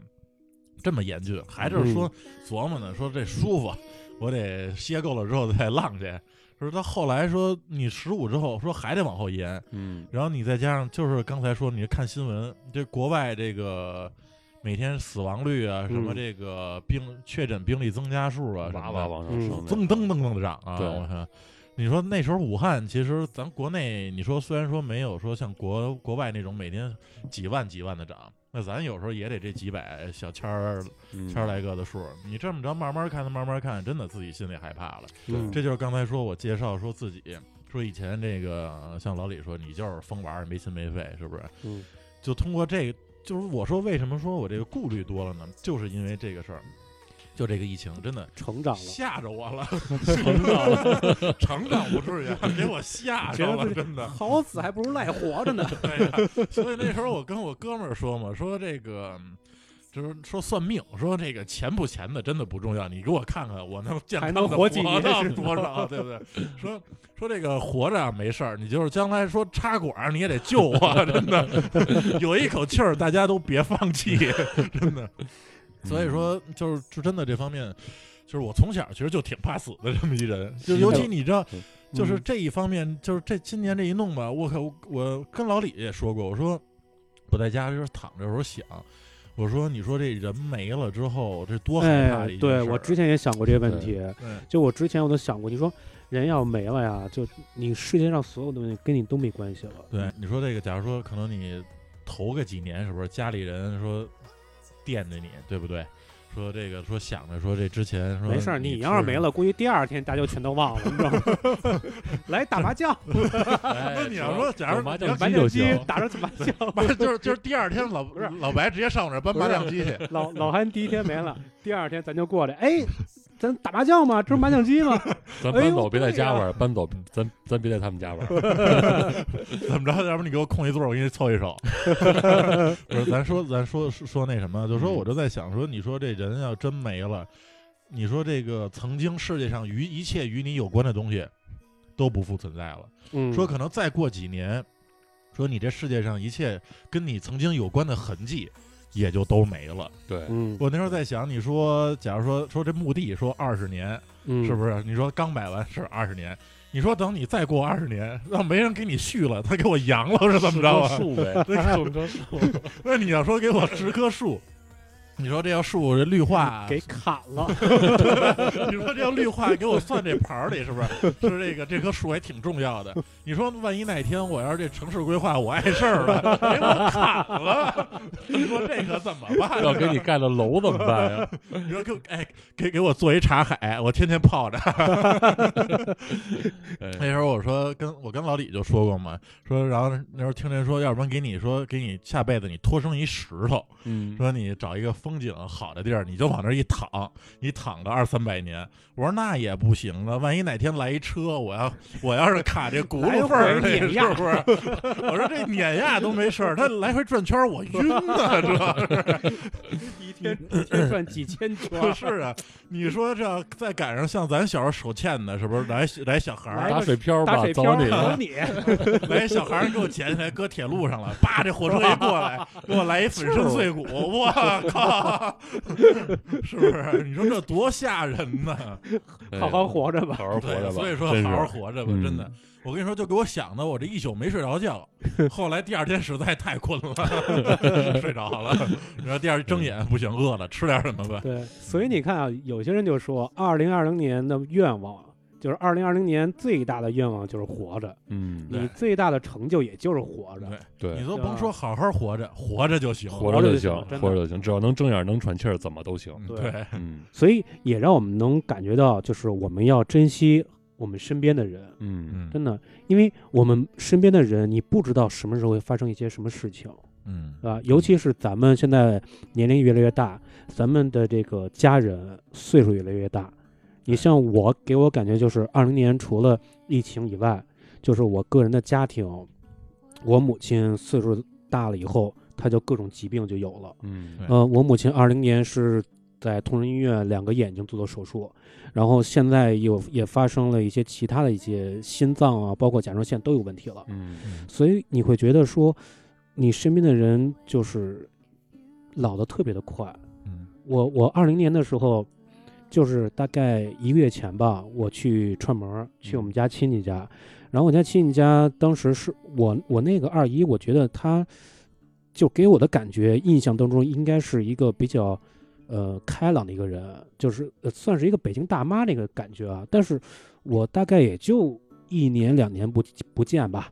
B: 这么严峻，
C: 嗯
B: 还就是说琢磨呢，说这舒服，我得歇够了之后再浪去。说到后来说你十五之后说还得往后延，
C: 嗯
B: 然后你再加上就是刚才说，你看新闻，这国外这个每天死亡率啊，什么
A: 嗯
B: 这个病、确诊病例增加数啊，什
C: 哇
B: 么
C: 哇
B: 的，
C: 往
A: 嗯
C: 上
B: 增
C: 升，
B: 噔噔噔的涨啊！
C: 对
B: 我看，你说那时候武汉，其实咱国内，你说虽然说没有说像国国外那种每天几万几万的涨，那咱有时候也得这几百小千儿
C: 嗯
B: 千儿来个的数。你这么着慢慢看，慢慢看，真的自己心里害怕了。
A: 嗯
B: 这就是刚才说我介绍说自己，说以前这个像老李说你就是疯玩儿没心没肺，是不是？
A: 嗯
B: 就通过这个，就是我说为什么说我这个顾虑多了呢？就是因为这个事儿，就这个疫情真的
A: 成长 了。
B: 吓着 我了，成长了， 成长不至于啊，给我吓着了，真的。
A: 好死还不如赖活着呢。
B: 对呀，所以那时候我跟我哥们儿说嘛，说这个。嗯就是说算命，说这个钱不钱的真的不重要，你给我看看我能健康
A: 还
B: 的
A: 能活几年
B: 到
A: 是吧
B: 多少，对不对？说说这个活着啊没事儿，你就是将来说插管儿你也得救我，真的 有一口气儿，大家都别放弃， 真的。所以说，就是就真的这方面，就是我从小其实就挺怕死的这么一人，就尤其你知道， 就是
A: 嗯
B: 这一方面，就是这今年这一弄吧，我可我我跟老李也说过，我说我在家就是躺着，有时候想，我说你说这人没了之后，这多害怕
A: 哎
B: 的一，件
A: 对
B: 事
A: 我
B: 儿
A: 之前也想过这个问题，
B: 嗯
A: 就我之前我都想过，你说人要没了呀，就你世界上所有东西跟你都没关系了。
B: 对你说这个，假如说可能你头个几年，是不是家里人说惦着你，对不对？说这个说想着说这之前说
A: 没事儿，
B: 你
A: 你要是
B: 吃
A: 没
B: 什么
A: 了，估计第二天大家就全都忘了，你知道吗？ 来打麻将，
C: 那
B: 那 你要说假如
C: 麻
B: 你
C: 将
B: 要
A: 麻
C: 机
A: 将
C: 就
A: 机
C: 行，
A: 打着麻将。
B: 不是，就是就是第二天老
A: 是
B: 老白直接上我这儿搬
A: 不是
B: 麻将机去，
A: 老老韩第一天没了，第二天咱就过来，哎，咱打麻将吗？这不是麻将机吗？
C: 咱
A: 哎
C: 搬
A: 呦
C: 走别在
A: 对
C: 家
A: 呀
C: 玩儿，搬走咱咱别在他们家玩儿。
B: 怎么着？要不你给我空一座，我给你凑一手。不是，咱说咱说说那什么，就说我就在想说，你说这人要真没了，你说这个曾经世界上与一切与你有关的东西都不复存在了。
A: 嗯
B: 说可能再过几年，说你这世界上一切跟你曾经有关的痕迹也就都没了。
C: 对，
A: 嗯
B: 我那时候在想，你说假如说说这墓地说二十年，
A: 嗯
B: 是不是？你说刚买完是二十年，你说等你再过二十年，让没人给你续了，他给我扬了是怎 么着
C: 棵
B: 啊？
C: 树呗，种棵树，
B: 那你要说给我植棵树，你说这要树这绿化，
A: 嗯 给砍了，
B: 你说这要绿化，给我算这盘儿里是不是？是这个这棵树还挺重要的。你说万一哪天我要是这城市规划我碍事儿了，给我砍了，你说这可怎么办？
C: 要给你盖了楼怎么办呀？
B: 你说给我哎给给我做一茶海，我天天泡着。那
C: 哎，
B: 时候我说跟我跟老李就说过嘛，说然后那时候听人说，要不然给你说给你下辈子你托生一石头，
C: 嗯，
B: 说你找一个风景好的地儿，你就往那儿一躺，你躺个二三百年。我说那也不行啊，万一哪天来一车，我要我要是卡这轱辘缝儿
A: 来
B: 里，
A: 一回
B: 是不
A: 碾
B: 是？
A: 压
B: 我说这碾压都没事儿，他来回转圈儿我晕啊，主要是。
A: 一天一天转几千圈 儿，
B: 是啊，你说这要再赶上像咱小时候手欠的，是不是来来小孩儿
A: 来
C: 打水漂吧
A: 哎打，水
C: 走
A: 漂啊
C: 你
A: 走
C: 了，
A: 你，
B: 来小孩儿给我捡起来搁铁路上了，叭这火车一过来，给我来一粉身碎骨，我靠，是不是？你说这多吓人呢、
C: 哎
A: 好好活着吧。
C: 好好活着
B: 对，
C: 吧。
B: 所以说
C: 真是嗯
B: 好好活着吧，真的。我跟你说，就给我想的，我这一宿没睡着觉。后来第二天实在太困了， 睡着了。然后第二天睁眼不行，饿了，吃点什么吧。
A: 对，所以你看啊，有些人就说，二零二零年的愿望就是二零二零年最大的愿望就是活着，
C: 嗯，
B: 对
A: 你最大的成就也就是活着。
B: 对，你
C: 对，
B: 都
A: 啊
B: 甭说好好活着，活着就行。
A: 活
C: 活
A: 着
C: 着
A: 就
C: 行
A: 行，真的
C: 活着就行，只要能睁眼能喘气儿，怎么都行。
B: 嗯
A: 对
B: 对，
C: 嗯
A: 所以也让我们能感觉到，就是我们要珍惜我们身边的人，
C: 嗯
B: 嗯
A: 真的，因为我们身边的人，你不知道什么时候会发生一些什么事情
B: 嗯
A: 啊。尤其是咱们现在年龄越来越大，咱们的这个家人岁数越来越大。你像我，给我感觉就是二零年除了疫情以外，就是我个人的家庭，我母亲岁数大了以后，她就各种疾病就有了。
C: 嗯
A: 呃，我母亲二零年是在同仁医院两个眼睛做的手术，然后现在有也发生了一些其他的一些心脏啊，包括甲状腺都有问题了。
C: 嗯
A: 所以你会觉得说，你身边的人就是老的特别的快。
B: 嗯
A: 我我二零年的时候，就是大概一个月前吧，我去串门儿，去我们家亲戚家，然后我家亲戚家当时是我我那个二姨，我觉得她就给我的感觉印象当中应该是一个比较呃开朗的一个人，就是、呃算是一个北京大妈那个感觉啊，但是我大概也就一年两年不不见吧，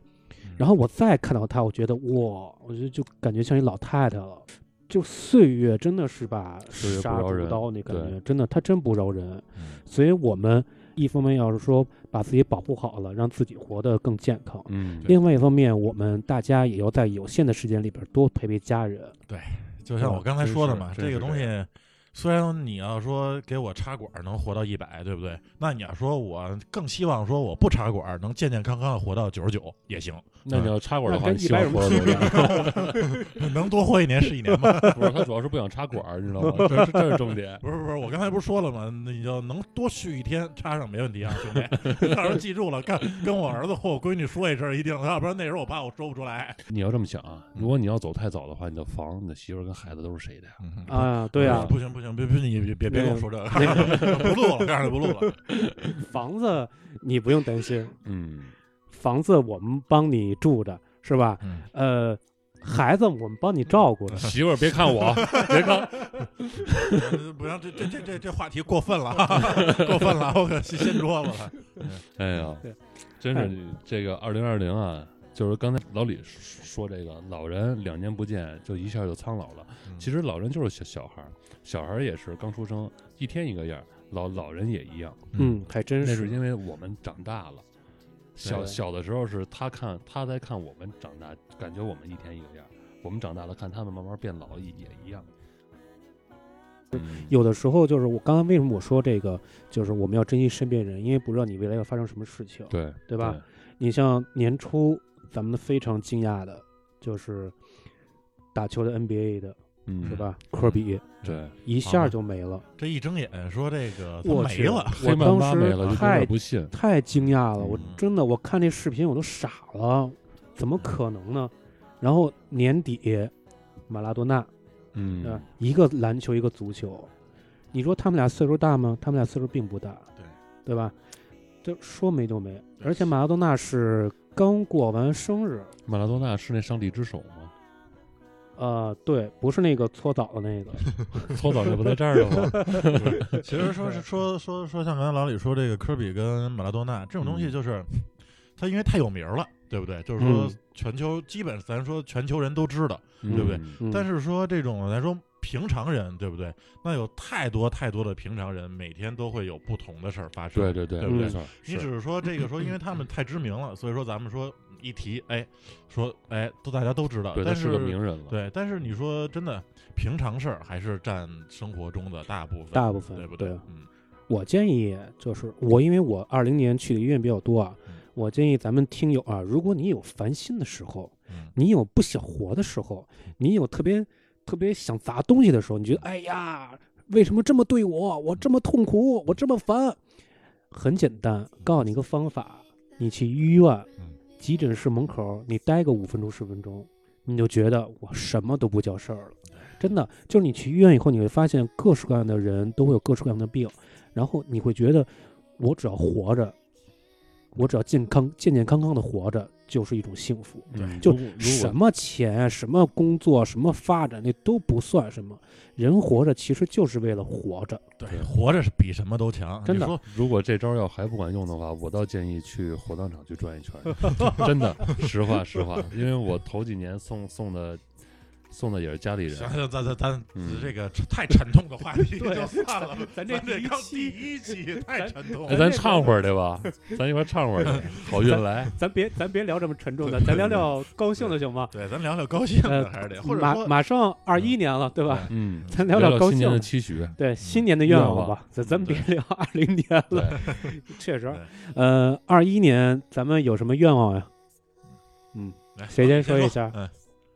A: 然后
B: 嗯
A: 我再看到她，我觉得哇，我觉得就感觉像一老太太了。就岁月真的是把
C: 岁月不
A: 杀
C: 饶
A: 猪
C: 人
A: 刀那感
C: 对
A: 觉，真的，她真不饶人。
B: 嗯
A: 所以我们一方面要是说把自己保护好了，让自己活得更健康；
C: 嗯，
A: 另外一方面，我们大家也要在有限的时间里边多陪陪家 人。
B: 就像我刚才
C: 真
B: 说的
C: 是
B: 嘛，
C: 真
B: 这个
C: 是
B: 东
C: 这
B: 西，虽然你要说给我插管儿能活到一百，对不对？那你要说我更希望说我不插管儿能健健康康的活到九十九也 行，
C: 那你要插管的话，
A: 那跟一
C: 你希
A: 般
C: 望
A: 人
C: 活着多久？
B: 能多活一年是一年嘛。
C: 不是，他主要是不想插管儿，你知道吗？这是这是 重点。
B: 不是不是，我刚才不是说了吗？你就能多续一天，插上没问题啊，兄 弟。到时候记住了，跟跟我儿子或我闺女说一声，一定，要不然那时候我怕我说不出来。
C: 你要这么想啊，如果你要走太早的话，你的房、你的媳妇儿跟孩子都是谁的呀？
A: 啊，对啊，
B: 不行不行，别别你别别别跟我说这个，
A: 那个
B: 不录了，告诉你不录 了。
A: 房子你不用担心，
C: 嗯，
A: 房子我们帮你住着，是吧？
B: 嗯
A: 呃，孩子我们帮你照顾着。
C: 媳妇儿别看我，别看，
B: 不让这这这这这话题过分了，过分了，我可掀桌子
A: 嗯
B: 了。
C: 哎呀
A: 对，
C: 真
A: 哎
C: 是你这个二零二零啊，就是刚才老李说这个老人两年不见，就一下就苍老了。
A: 嗯
C: 其
B: 实，
C: 实老人就是小小孩儿，小孩儿也是刚出生，一天一个样儿，老老人也一样。
A: 嗯，还真
C: 那
A: 是。
C: 是因为我们长大了。小
A: 对
C: 小的时候是他看他在看我们长大，感觉我们一天一个样儿；我们长大了看他们慢慢变老也也一样。
A: 嗯
C: 嗯
A: 有的时候就是我刚刚为什么我说这个，就是我们要珍惜身边人，因为不知道你未来要发生什么事情。
C: 对
A: 对吧？你像年初咱们非常惊讶的，就是打球的 NBA 的
C: 嗯，
A: 是？吧？科比
C: 对，
A: 一下就没了，
B: 这一睁眼说这个
A: 我
B: 啊没
A: 去
B: 了，
A: 我
C: 黑曼
A: 当
C: 巴
A: 时
C: 没了，就有
A: 太
C: 点不信。
A: 太惊讶了，我
B: 嗯
A: 真的我看这视频我都傻了，怎么可能呢？然后年底，马拉多纳，
C: 嗯
A: 啊，一个篮球一个足球，你说他们俩岁数大吗？他们俩岁数并不大，
B: 对
A: 对吧？就说没就没。而且马拉多纳是刚过完生日，
C: 马拉多纳是那上帝之手 吗？
A: 呃，对，不是那个搓澡的那个，
C: 搓澡就不在这儿了吗？
B: 其实说是说说说像刚才老李说这个科比跟马拉多纳这种
A: 嗯
B: 东西，就是他因为太有名了，对不对？就是说
A: 嗯
B: 全球基本咱说全球人都知道，
C: 对
B: 对不对？
A: 嗯
B: 但是说这种咱说平常人，对不对？那有太多太多的平常人，每天都会有不同的事儿发生。
C: 对对对，
B: 对
A: 不对
C: 没错，
B: 你只是说这个说，因为他们太知名了，所以说咱们说一提，哎，说哎，都大家都知道，
C: 对他
B: 但
C: 是个名人了，
B: 对，但是你说真的，平常事儿还是占生活中的大部分，
A: 大部分
B: 对不
A: 对啊
B: 嗯，
A: 我建议就是我，因为我二零年去的医院比较多啊
B: 嗯，
A: 我建议咱们听友啊，如果你有烦心的时候，
B: 嗯
A: 你有不想活的时候，你有特别特别想砸东西的时候，你觉得哎呀，为什么这么对我？我这么痛苦，我这么烦。很简单，告诉你一个方法，你去医院
B: 嗯
A: 急诊室门口，你待个五分钟十分钟，你就觉得我什么都不叫事儿了。真的，就是你去医院以后，你会发现各式各样的人都会有各式各样的病，然后你会觉得，我只要活着，我只要健康健健康康的活着，就是一种幸福。
C: 嗯，
A: 就
C: 如果如
A: 什
C: 果
A: 么钱、啊什么工作、什么发展，那都不算什么。人活着其实就是为了活 着。
B: 对，活着是比什么都强，
A: 啊真
B: 你
A: 的
B: 说
C: 如果这招要还不管用的话，我倒建议去火葬场去转一 圈儿，真的，实话实话，因为我头几年送送的送的也是家里人
B: 行，行，咱咱咱
C: 嗯
B: 这个太沉痛的话 题
A: 对
B: 就算了，
A: 咱
B: 这
A: 这
B: 这
A: 第一
B: 刚第
A: 期
B: 一期太沉痛
C: 哎，
B: 了。
C: 咱唱会儿去 吧，咱一块儿唱会儿去，好运来。
A: 咱别咱别聊这么沉重的，咱聊聊高兴的行吗？
B: 对，咱聊聊高兴的
A: 呃
B: 还是得，或者
A: 马
B: 说
A: 马上二一年了，对吧？
C: 嗯，
A: 咱
C: 聊
A: 聊高兴
C: 新年的
A: 的。
C: 期许。
A: 对新年的愿
C: 愿
A: 望
C: 望
A: 吧，咱咱别聊二零年
C: 对
A: 了，，确实
B: 对。
A: 呃，二一年咱们有什么愿望呀？
B: 来
A: 谁先
B: 老
A: 说
B: 李
A: 一下
B: 哎嗯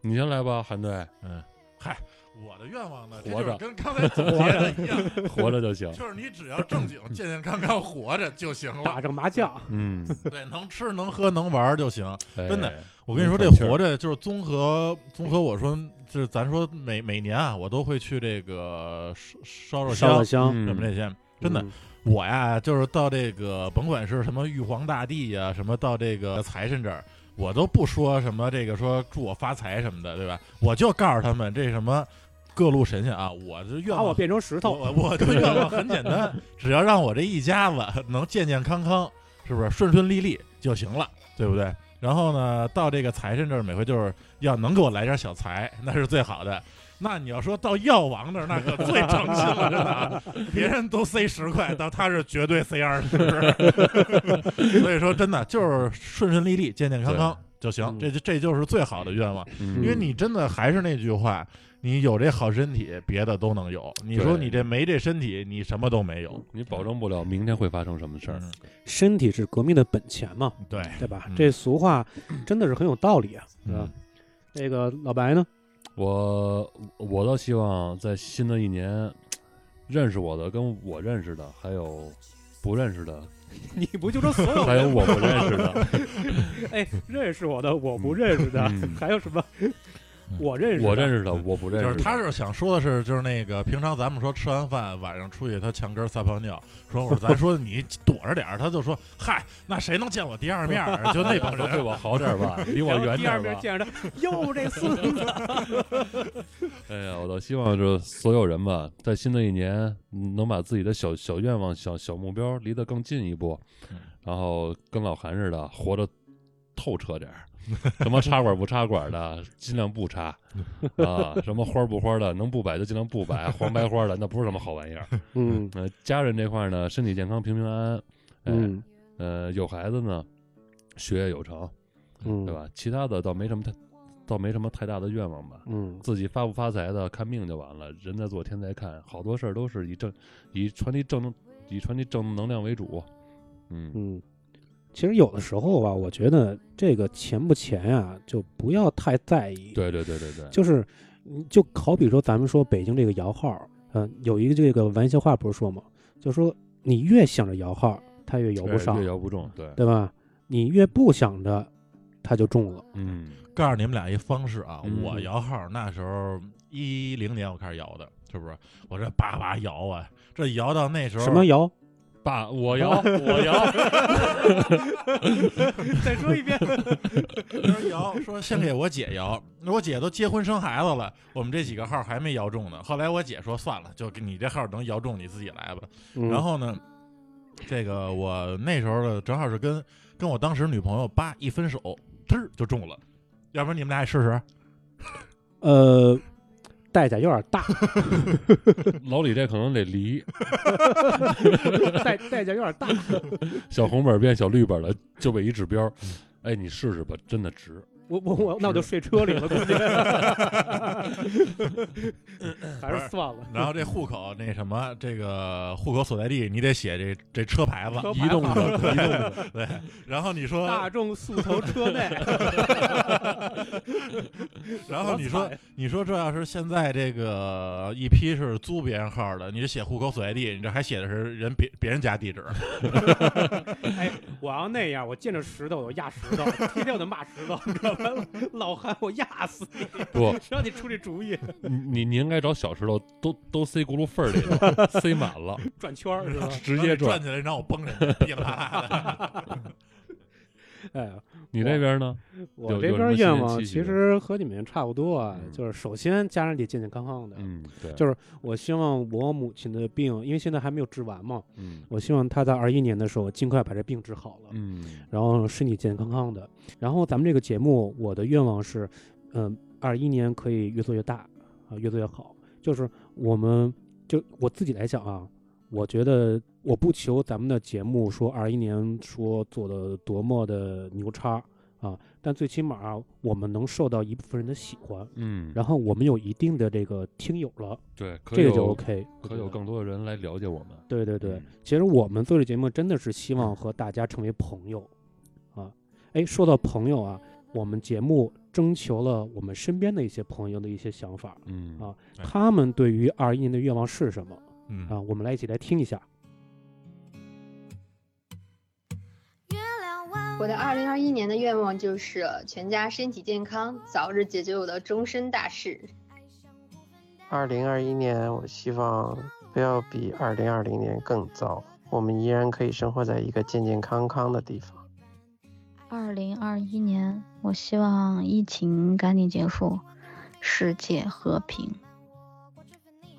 C: 你先来吧，韩队，
B: 嗯，嗨，我的愿望呢，这
C: 活
B: 就是
C: 着
B: 跟刚才总结的一样，
C: 活着就行。
B: 就是你只要正经、健健康康活着就行了
A: 打。着麻将，
C: 嗯，哎
B: 对，能吃能喝能玩儿就行。
C: 真
B: 真的，我跟你说，这
C: 能喘气儿
B: 活着就是综合综合，我说就是咱说每每年啊，我都会去这个烧烧肉
A: 烧
B: 香
A: 了香，
B: 什
C: 嗯
B: 么这些。真的，
A: 嗯，
B: 我呀，就是到这个甭管是什么玉皇大帝呀、什么到这个财神这儿，我都不说什么这个说祝我发财什么的，对吧？我就告诉他们这什么各路神仙啊，我这愿
A: 把
B: 望哦
A: 我变成石头，
B: 我我的愿望很简单，只要让我这一家子能健健康康，是不是顺顺利利就行了，对不对？然后呢，到这个财神这儿，每回就是要能给我来点小财，那是最好的。那你要说到药王那儿，那可最诚心了，真的啊，别人都塞十块，到他是绝对塞二十。 所以说，真的就是顺顺利利、健健康康就行，这
A: 嗯
B: 就这就是最好的愿望。
C: 嗯
B: 因为你真的还是那句话，你有这好身体，别的都能有。你说
C: 对
B: 你这没这身体，你什么都没有。
C: 你保证不了明天会发生什么事儿。
B: 嗯，
A: 身体是革命的本钱嘛，
B: 对，
A: 对吧
B: 嗯？
A: 这俗话真的是很有道理啊。是吧
B: 嗯，
A: 那个老白呢？
C: 我我倒希望在新的一年，认识我的、跟我认识的，还有不认识的，
A: 你不就说所有
C: 还有我不认识的，
A: 哎认识我的，我不认识的，
C: 嗯
A: 还有什么
B: 嗯
A: 我认识？
C: 我认。识的，我不认
B: 就
C: 识
B: 是
C: 的。
B: 他是想说的是，就是那个平常咱们说吃完饭晚上出去，他墙根儿撒泡尿，说 我说咱说你躲着点儿，他就说嗨，那谁能见我第二面儿？啊就那 帮
C: 说对
B: 人，
C: 我好点儿吧， 离我
A: 然后
C: 远
A: 第
C: 点
A: 二
C: 儿
A: 遍
C: 吧。
A: 见着他，哟，这孙子，
C: 哎呀，我倒希望就是所有人吧，在新的一年嗯能把自己的小小愿望、小小目标离得更近一步
B: 嗯，
C: 然后跟老韩似的活得透彻点儿，什么插管不插管的尽量不插啊，什么花不花的能不摆就尽量不摆，黄白花的那不是什么好玩意儿。
A: 嗯
C: 呃，家人这块儿呢，身体健康、平平安安，哎、
A: 嗯
C: 呃，有孩子呢，学业有成，
A: 嗯，
C: 对？吧？其他的倒没什么太，倒没什么太大的愿望吧。
A: 嗯，
C: 自己发不发财的看命就完了，人在做天在看，好多事儿都是以正以传递正能以传递正能量为主。嗯
A: 嗯，其实有的时候吧，我觉得这个钱不钱呀、就不要太在意。，
C: 对对对对对，
A: 就是嗯就好比说咱们说北京这个摇号，嗯、有一个这个玩笑话不是说嘛，就说你越想着摇号，它越摇
C: 对
A: 不上
C: 哎越，摇不中，对，
A: 对吧？你越不想着，它就中了。
C: 嗯
B: 告诉你们俩一方式啊，
C: 嗯
B: 我摇号那时候一零年我开始摇的，是不是？我这叭叭摇啊，这摇到那时候
A: 什么摇？
C: 爸，我摇，我摇，
D: 再说一遍，
B: 说摇，说先给我姐摇，我姐都结婚生孩子了，我们这几个号还没摇中呢。后来我姐说算了，就给你这号能摇中你自己来吧。
A: 嗯
B: 然后呢，这个我那时候的正好是跟跟我当时女朋友叭一分手，嘚儿就中了。要不然你们俩也试试？
A: 呃，代价有点 大，
C: 老李这可能得离
A: 代代价有点大。
C: 小红本变小绿本了，就为一指标。
A: 嗯
C: 哎，你试试吧，真的值。
A: 我我我，那我就睡车里了，估 计还是算了。
B: 然后这户口那什么，这个户口所在地你得写这这车牌子，
A: 车
C: 移动的，移动的，
B: 对。然后你说，
A: 大众速 腾车内，
B: 然后你
A: 多
B: 说
A: 惨呀，
B: 你说这要是现在这个一批是租别人号的，你这写户口所在地，你这还写的是人别别人家地址，
A: 哎，我要那样，我见着石头我就压石头，天天我就骂石头，你知道吗？老韩，我压死你，
C: 不，
A: 谁让你出这主意，
C: 你你你应该找小石头，都都塞轱辘缝儿里了，塞满 了，
A: 转圈儿是 吧？
C: 直接转。
B: 转起来让我崩人家，噼里啪啦的。
A: 哎呀，
C: 你那边呢？
A: 我
C: 有
A: 这
C: 有
A: 边
C: 什么
A: 愿
C: 新的
A: 望
C: 期许
A: 其实和你们差不多啊，
C: 嗯
A: 就是首先家人得健健康康的。
C: 嗯，对，
A: 就是我希望我母亲的病，因为现在还没有治完嘛，
C: 嗯
A: 我希望她在二一年的时候尽快把这病治好了，
C: 嗯
A: 然后身体健健康康的。然后咱们这个节目，我的愿望是，嗯、2二一年可以越做越大啊、越做越好。就是我们就我自己来讲啊，我觉得我不求咱们的节目说二一年说做的多么的牛叉啊，但最起码啊我们能受到一部分人的喜欢，
C: 嗯，
A: 然后我们有一定的这个听友了，
C: 对，可
A: 这个就
C: 有
A: OK 我
C: 可
A: 觉
C: 有
A: 得
C: 更多的人来了解我们。
A: 对对对
C: 嗯，
A: 其实我们做这节目真的是希
E: 嗯
A: 望和大家成为朋友，啊，哎，说到朋友啊，我们节目征求了我们身边的一些朋友的一些想法，
C: 嗯
A: 啊
B: 哎
A: 他们对于二一年的愿望是什么
B: 嗯
A: 啊？我们来一起来听一下。
F: 我的二零二一年的愿望就是全家身体健康，早日解决我的终身大事。
G: 二零二一年，我希望不要比二零二零年更糟，我们依然可以生活在一个健健康康的地方。
H: 二零二一年，我希望疫情赶紧结束，世界和平。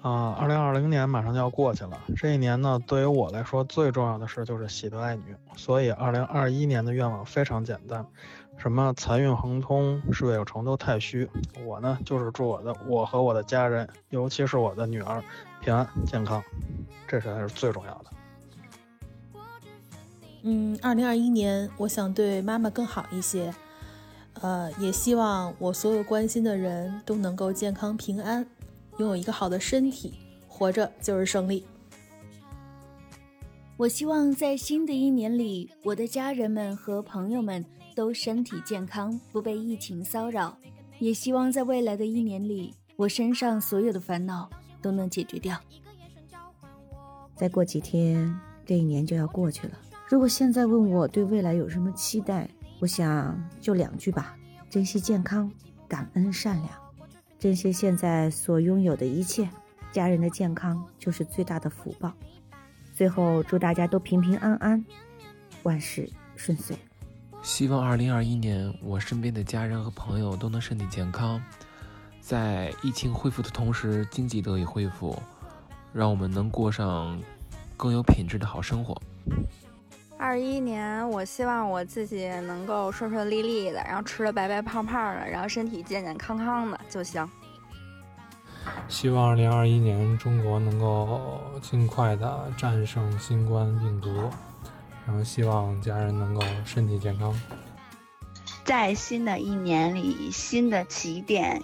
I: 啊，二零二零年马上就要过去了，这一年呢，对于我来说最重要的事就是喜得爱女，所以二零二一年的愿望非常简单，什么财运亨通、事业有成都太虚。我呢，就是祝我的我和我的家人，尤其是我的女儿平安健康，这才是最重要的。
J: 嗯，二零二一年，我想对妈妈更好一些，呃，也希望我所有关心的人都能够健康平安，拥有一个好的身体，活着就是胜利。
K: 我希望在新的一年里，我的家人们和朋友们都身体健康，不被疫情骚扰。也希望在未来的一年里，我身上所有的烦恼都能解决掉。
L: 再过几天，这一年就要过去了。如果现在问我对未来有什么期待，我想就两句吧：珍惜健康，感恩善良，珍惜现在所拥有的一切。家人的健康就是最大的福报。最后，祝大家都平平安安，万事顺遂。
G: 希望二零二一年，我身边的家人和朋友都能身体健康，在疫情恢复的同时，经济得以恢复，让我们能过上更有品质的好生活。
M: 二一年，我希望我自己能够顺顺利利的，然后吃的白白胖胖的，然后身体健健康康的就行。
E: 希望二零二一年中国能够尽快的战胜新冠病毒，然后希望家人能够身体健康。
N: 在新的一年里，新的起点，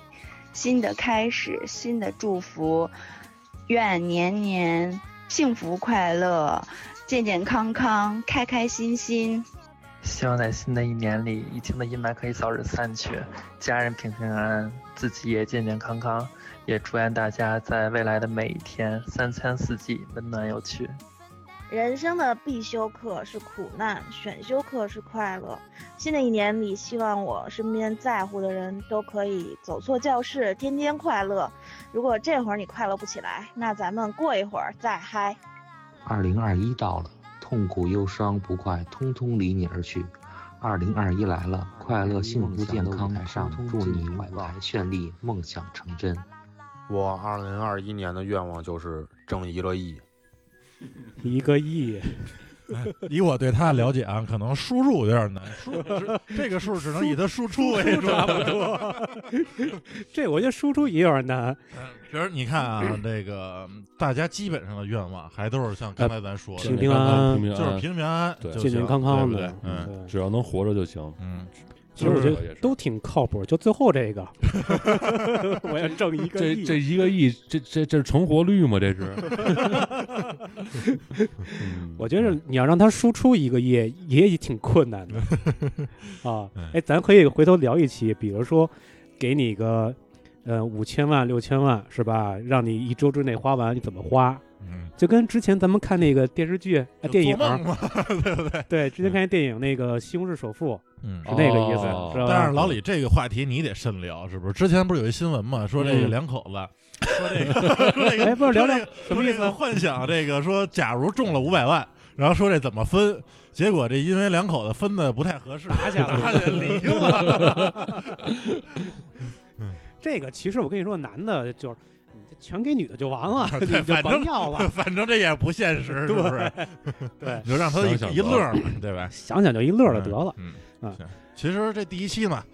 N: 新的开始，新的祝福，愿年年幸福快乐，健健康康，开开心心。
O: 希望在新的一年里，疫情的阴霾可以早日散去，家人平平安安，自己也健健康康。也祝愿大家在未来的每一天，三餐四季温暖有趣。
P: 人生的必修课是苦难，选修课是快乐。新的一年里，希望我身边在乎的人都可以走错教室，天天快乐。如果这会儿你快乐不起来，那咱们过一会儿再嗨。
Q: 二零二一到了，
D: 痛苦、忧伤、不快，通通离你而去。二零二一来了，快乐、幸福、健康，台上祝你舞台绚丽，梦想成真。
Q: 我二零二一年的愿望就是挣一个亿。
A: 一个亿，
B: 哎以我对他的了解啊，可能输入有点难，输入只这个数只能以他输出为主。
A: 差不多。 这我觉得输出也有点难。
B: 其实你看啊，这个大家基本上的愿望还都是像刚才咱说的，
A: 平平安安
B: 平安就是平平安安，
A: 对
B: 就
A: 健健
B: 行
A: 康康
B: 对不
A: 的
B: 对嗯，
C: 只要能活着就行。
B: 嗯，
A: 其实我觉
C: 这个也
A: 得都挺靠谱，就最后 这个，我要挣一个
C: 这
A: 亿。
C: 这一个亿，这这这是成活率吗？这是嗯
A: 我觉得你要让他输出一个亿，也也挺困难 的啊。
B: 嗯
A: 哎，咱可以回头聊一期，比如说给你个呃五千万、六千万是吧？让你一周之内花完，你怎么花？
B: 嗯，
A: 就跟之前咱们看那个电视剧、啊、电影
B: 做梦嘛对不对？
A: 对，之前看电影那个《西红柿首富》，
B: 嗯
A: 是那个意思，是吧？
B: 但是老李这个话题你得深聊，是不是？之前不是有一新闻嘛，说这个
A: 嗯
B: 两口子。说这个，说这个，
A: 哎不是聊聊
B: 说
A: 啊
B: 这个说这个幻想这个说，假如中了五百万，然后说这怎么分？结果这因为两口子分的不太合适，打
A: 起来了
B: 离了。
A: 这个其实我跟你说，男的就是你这全给女的就完了，你
B: 对，
A: 就
B: 反
A: 甭
B: 正。
A: 要了
B: 反正这也不现实，是不是？
A: 对
B: 你就让他一
A: 想想
B: 一乐
A: 得
B: 嘛
A: 了，
B: 对吧？
A: 想想就一乐就得了。
B: 嗯
A: 啊，
B: 其实这第一期嘛，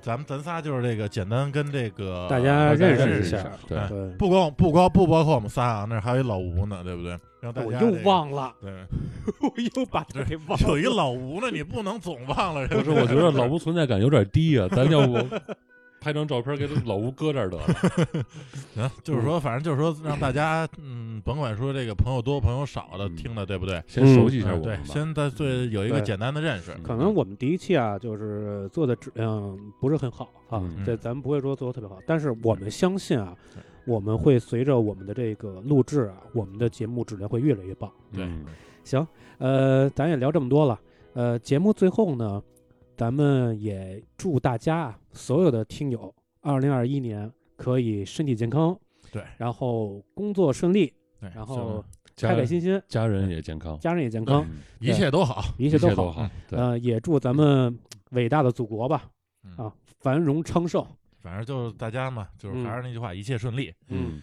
B: 咱们咱仨就是这个简单跟这个
A: 大家认识一下嗯
B: 下，
A: 对
B: 哎
A: 对
B: 不光不光不包括我们仨啊，那还有一老吴呢，对不对？让大
A: 哎
B: 家
A: 我
B: 这
A: 又
B: 个
A: 忘 了，
B: 对，
A: 我又把他给忘了。
B: 有一老吴呢，你不能总忘了。
C: 不是，我觉得老吴存在感有点低啊，咱要不拍张照片给老吴搁这儿得了。
B: 行，就是
C: 嗯
B: 说，反正就是说，让大家嗯，甭管说这个朋友多朋友少的听的，对不对？
C: 先熟悉嗯一下
B: 嗯
C: 我们
B: 对
C: 吧，嗯
B: 先在最有一个简单的认识。
A: 可能我们第一期啊，就是做的质量不是很好啊，
B: 嗯
A: 这咱们不会说做的特别好，但是我们相信啊，我们会随着我们的这个录制啊，我们的节目质量会越来越棒。
B: 对，
C: 嗯
A: 行，呃，咱也聊这么多了，呃，节目最后呢，咱们也祝大家啊所有的听友，二零二一年可以身体健康，
B: 对，
A: 然后工作顺利，
B: 对
A: 然
C: 哎行
A: 后
C: 家
A: 开开心心，
C: 家人也健康，嗯
A: 家人也健康，
B: 对一切都好
A: 一
C: 一
A: 切
C: 切
A: 都
C: 都好对
A: 呃，也祝咱们伟大的祖国吧，
C: 嗯
A: 啊，繁荣昌盛。
B: 反正就是大家嘛，就是还是那句话，一切顺利。
A: 嗯，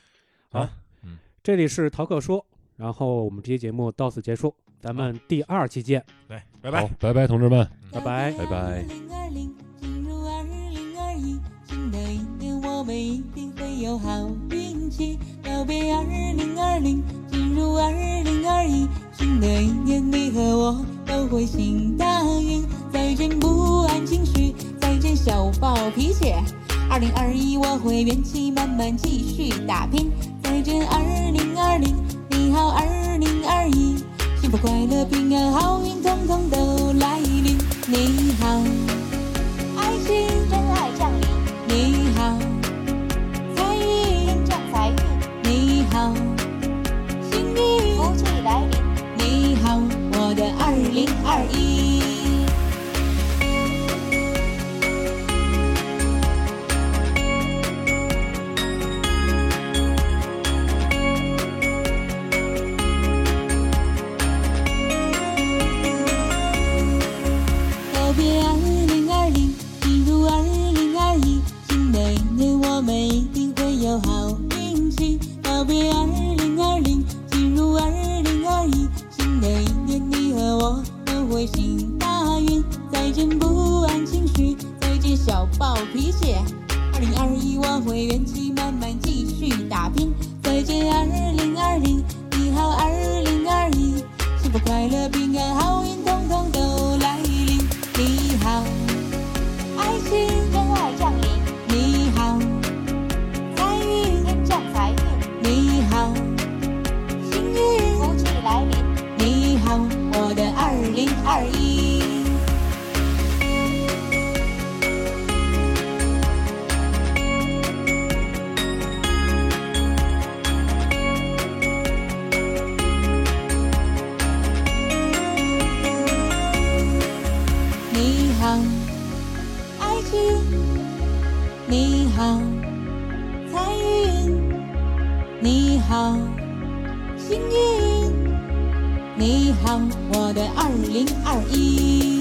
B: 好
A: 好，这里是逃课说，然后我们这期节目到此结束，咱们第二期见。
B: 对，拜拜
C: 好。拜拜，同志们，
A: 拜拜
C: 拜拜。
R: 零二零进入二零二一，新的一年我们一定会有好运气。告别二零二零，进入二零二一，新的一年你和我都会行大运。再见不安情绪，再见小暴脾气。二零二一我会元气满满继续打拼。再见二零二零，你好二零二一。幸福、快乐、平安、好运，统统都来临。你好，爱情真爱降临。你好，财运天降财运。你好，幸运福气来临。你好，我的二零二一。告别二零二零，进入二零二一，新的一年我们一定会有好运气。告别二零二零，进入二零二一，新的一年你和我都会行大运。再见不安情绪，再见小暴脾气。二零二一我会元气满满继续打拼。再见二零二零，你好二零二一。幸福、快乐、平安、好运，统统都来临。你好，爱情真爱降临。你好，财运天降财运。你好，幸运福气来临。你好，我的二零二一。你好，爱情；你好，财运；你好，幸运；你喊我的二零二一。